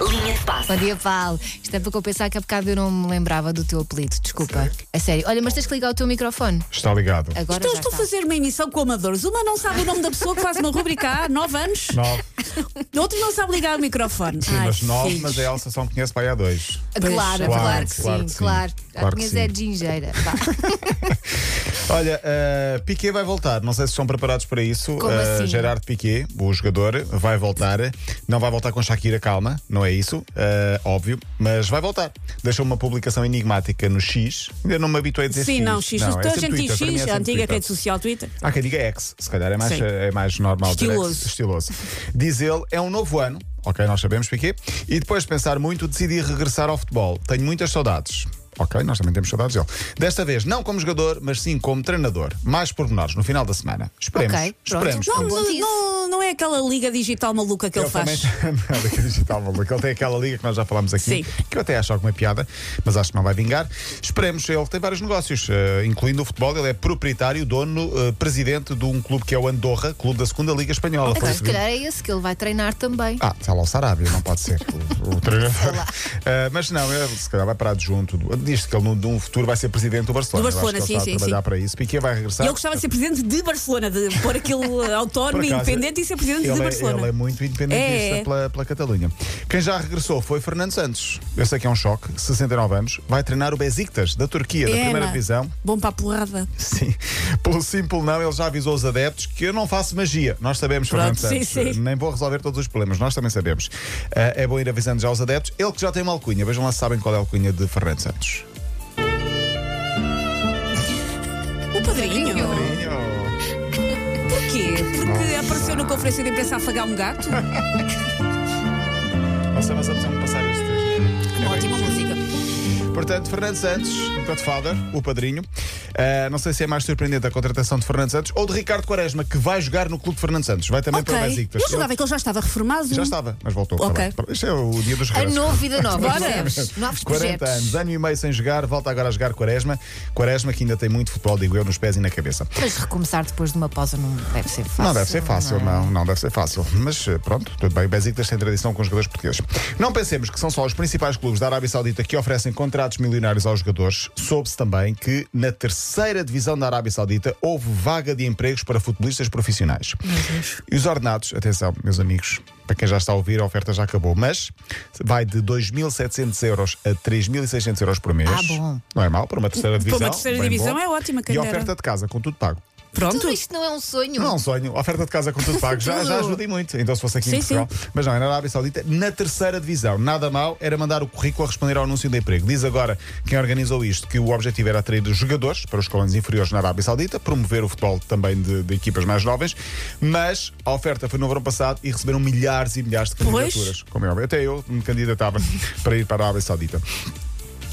Linha de passe. Bom dia, Paulo. Isto é para compensar que há bocado eu não me lembrava do teu apelido, desculpa. A sério. Olha, mas tens que ligar o teu microfone. Está ligado. Agora Então já estou a está. fazer uma emissão com amadores. Uma não sabe o nome da pessoa que faz uma rubrica há nove anos. Nove. Outro não sabe ligar o microfone. Sim, Ai, mas nove, filhos. mas a Elsa só me conhece para aí há dois. Pois, Claro, claro, claro que claro sim, que sim. claro. Já Claro que tinhas sim. é de gingeira. Vá. Olha, eh, Piquet vai voltar. Não sei se estão preparados para isso. Como Eh, assim? Gerard Piquet, o jogador, vai voltar. Não vai voltar com Shakira, calma, não é isso, eh, óbvio, mas vai voltar. Deixou uma publicação enigmática no X. Ainda não me habituei a dizer Sim, X. não, X. é Toda a sempre gente diz Twitter, para mim é X, a sempre antiga Twitter. rede social Twitter. Há quem diga X, se calhar é mais, Sim. é mais normal. dizer Estiloso. X, estiloso. Diz ele, é um novo ano, ok, nós sabemos porquê, e depois de pensar muito, decidi regressar ao futebol. Tenho muitas saudades. Ok, nós também temos saudades dele. Desta vez, não como jogador, mas sim como treinador. Mais pormenores no final da semana. Esperemos. Ok, pronto. esperemos. Não, Não, Bom esperemos. não, dia. não- não é aquela liga digital maluca que ele também faz. na Liga Digital Maluca. Ele tem aquela liga que nós já falámos Sim. aqui, que eu até acho alguma piada, mas acho que não vai vingar. Esperemos, ele tem vários negócios, eh, incluindo o futebol. Ele é proprietário, dono, eh, presidente de um clube que é o Andorra, clube da segunda Liga Espanhola. Foi Então, se subido. calhar é esse que ele vai treinar também. Ah, está lá o Sarabia, não pode ser o, o treinador. Ah, mas não, ele se calhar vai parar de junto. do- Diz-se que ele num, num futuro vai ser presidente do Barcelona. Do Eu acho Barcelona, que ele sim, está sim, a trabalhar sim. para isso. Piquet vai regressar. E eu gostava de ser presidente de Barcelona, de pôr aquele eh, Por autónomo acaso, independente e ser presidente ele de é- Barcelona. ele é muito independentista É. Pela, pela Catalunha. Quem já regressou foi Fernando Santos. Eu sei que é um choque, 69 anos. Vai treinar o Besiktas, da Turquia, da Ena, primeira divisão. Bom para a porrada. Sim. Pelo simples não, ele já avisou os adeptos que eu não faço magia. Nós sabemos, Fernando Pronto, Santos. sim, sim. Nem vou resolver todos os problemas, nós também sabemos. Ah, é bom ir avisando já aos adeptos. Ele que já tem uma alcunha. Vejam lá se sabem qual é a alcunha de Fernando Santos. O padrinho. Porquê? Porque apareceu na conferência de imprensa a afagar um gato? Nossa, mas a opção de passar este. Ótima música. Portanto, Fernando Santos, Godfather, o padrinho. Ah, não sei se é mais surpreendente a contratação de Fernando Santos ou de Ricardo Quaresma, que vai jogar no clube de Fernando Santos. Vai também para o Ok. Besiktas. Eu jogava que ele já estava reformado. Já estava, mas voltou. Ok. Tá bem. Isto é o dia dos A regressos. novo vida nova. Bora. percebes? Novos 40 projetos. anos, ano e meio sem jogar, volta agora a jogar Quaresma. Quaresma que ainda tem muito futebol, digo eu, nos pés e na cabeça. Mas recomeçar depois de uma pausa não deve ser fácil. Não deve ser fácil, é? não, não deve ser fácil. Mas eh, pronto, tudo bem. Besiktas tem tradição com os jogadores portugueses. Não pensemos que são só os principais clubes da Arábia Saudita que oferecem contratos milionários aos jogadores. Soube-se também que na terceira divisão da Arábia Saudita houve vaga de empregos para futebolistas profissionais. E os ordenados, atenção, meus amigos, para quem já está a ouvir, a oferta já acabou, mas vai de 2.700 euros a 3.600 euros por mês. Ah, bom. Não é mal, para uma terceira divisão. terceira bem divisão bom. é ótima, quem E a dera. oferta de casa, com tudo pago. Pronto. Tudo isto não é um sonho. Não, sonho. Oferta de casa com tudo pago. já, Tudo. já ajuda e muito. Então, se fosse aqui em Sim, sim. Portugal. Mas não, é na Arábia Saudita, na terceira divisão. Nada mal era mandar o currículo a responder ao anúncio de emprego. Diz agora quem organizou isto que o objetivo era atrair jogadores para os escalões inferiores na Arábia Saudita, promover o futebol também de, de equipas mais jovens. Mas a oferta foi no verão passado e receberam milhares e milhares de Pois. candidaturas. Como é óbvio. Até eu me candidatava para ir para a Arábia Saudita.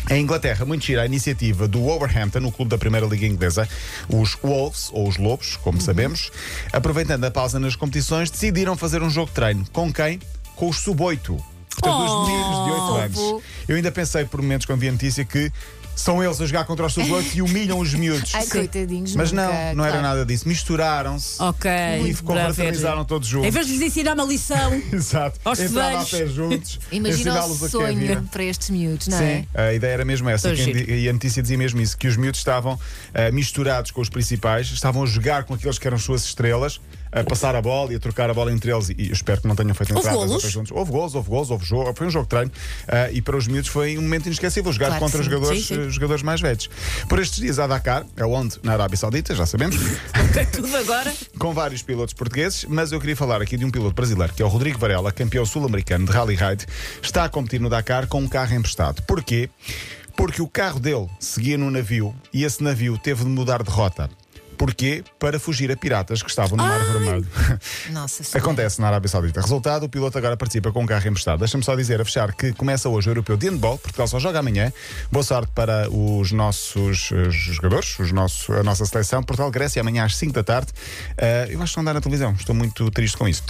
Em Inglaterra, muito gira a iniciativa do Wolverhampton, o clube da Primeira Liga Inglesa. Os Wolves, ou os Lobos, Uhum. como sabemos, aproveitando a pausa nas competições, decidiram fazer um jogo de treino. Com quem? Com os sub-8. Portanto, Oh, os meninos de 8 anos. fofo. Eu ainda pensei por momentos quando vi a notícia que são eles a jogar contra os sub-8 e humilham os miúdos. Ai, Sim. coitadinhos. Mas não, nunca, tá. não era claro. nada disso. Misturaram-se Ok. e confraternizaram É todos Em juntos. vez de lhes ensinar uma lição, Exato. Aos Entraram a velhos. pé juntos. Imagina o ensiná-los a que é a vida. sonho para estes miúdos, não é? Sim, a ideia era mesmo essa. Tão Quem giro. di- e a notícia dizia mesmo isso: que os miúdos estavam ah, misturados com os principais, estavam a jogar com aqueles que eram suas estrelas, a passar a bola e a trocar a bola entre eles. E, e eu espero que não tenham feito entradas. golos? outras juntas. Houve gols, houve gols, houve jogo. Foi um jogo de treino ah, e para os miúdos foi um momento inesquecível jogar Claro que contra sim. jogadores, Sim, sim. eh, jogadores mais velhos. Por estes dias, a Dakar, é onde? Na Arábia Saudita, já sabemos é tudo agora. com vários pilotos portugueses, mas eu queria falar aqui de um piloto brasileiro, que é o Rodrigo Varela, campeão sul-americano de Rally Raid, está a competir no Dakar com um carro emprestado. Porquê? Porque o carro dele seguia num navio e esse navio teve de mudar de rota. Porquê? Para fugir a piratas que estavam no Mar Vermelho. Nossa Senhora. Acontece na Arábia Saudita. Resultado, o piloto agora participa com um carro emprestado. Deixa-me só dizer, a fechar, que começa hoje o europeu de handball, Portugal só joga amanhã. Boa sorte para os nossos eh, jogadores, os nosso, a nossa seleção. Portugal-Grécia amanhã às 5 da tarde. Eh, eu acho que não dá na televisão, estou muito triste com isso.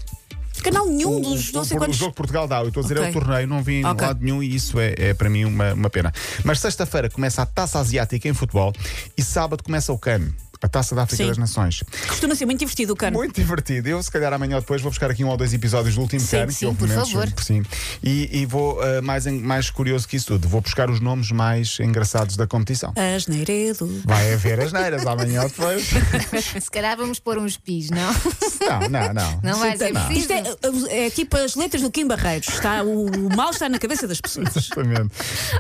Canal nenhum Um dos não O- sei o, quantos. Um jogo que Portugal dá, eu estou a dizer, é o Ok. torneio, não vi em Ok. lado nenhum e isso é, é para mim uma, uma pena. Mas sexta-feira começa a taça asiática em futebol e sábado começa o CAN. a Taça da África Sim. das Nações. Costuma ser muito divertido o cano. Muito divertido. Eu, se calhar, amanhã ou depois vou buscar aqui um ou dois episódios do último Sim, cano. sim, que houve por momentos- favor. Sim. E, e vou ah, mais, en- mais curioso que isso tudo. Vou buscar os nomes mais engraçados da competição. Asneiredo. Vai haver as neiras amanhã ou depois. Se calhar vamos pôr uns pis, não? Não, não, não. Não vai ser Não. preciso. Isto é, é tipo as letras do Kim Barreiros. Está, o, o mal está na cabeça das Ah, pessoas. Exatamente.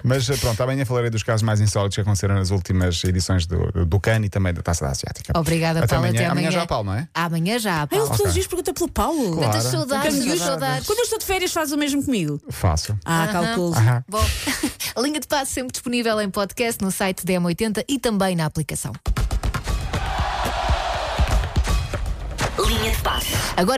Mas eh, pronto, amanhã falarei dos casos mais insólitos que aconteceram nas últimas edições do, do CAN e também da Taça da Asiática. Obrigada, até Paulo. Amanhã. Até amanhã. já, Paulo, não é? Amanhã já, Aí ele Paulo. todos os dias pergunta pelo Paulo. Claro. Tantas saudades, Tenho tantas saudades. saudades. Quando eu estou de férias, faz o mesmo comigo. Faço. Ah, calculo. Aham. Bom, a linha de passo sempre disponível em podcast no site da M80 e também na aplicação. Linha de passe. Agora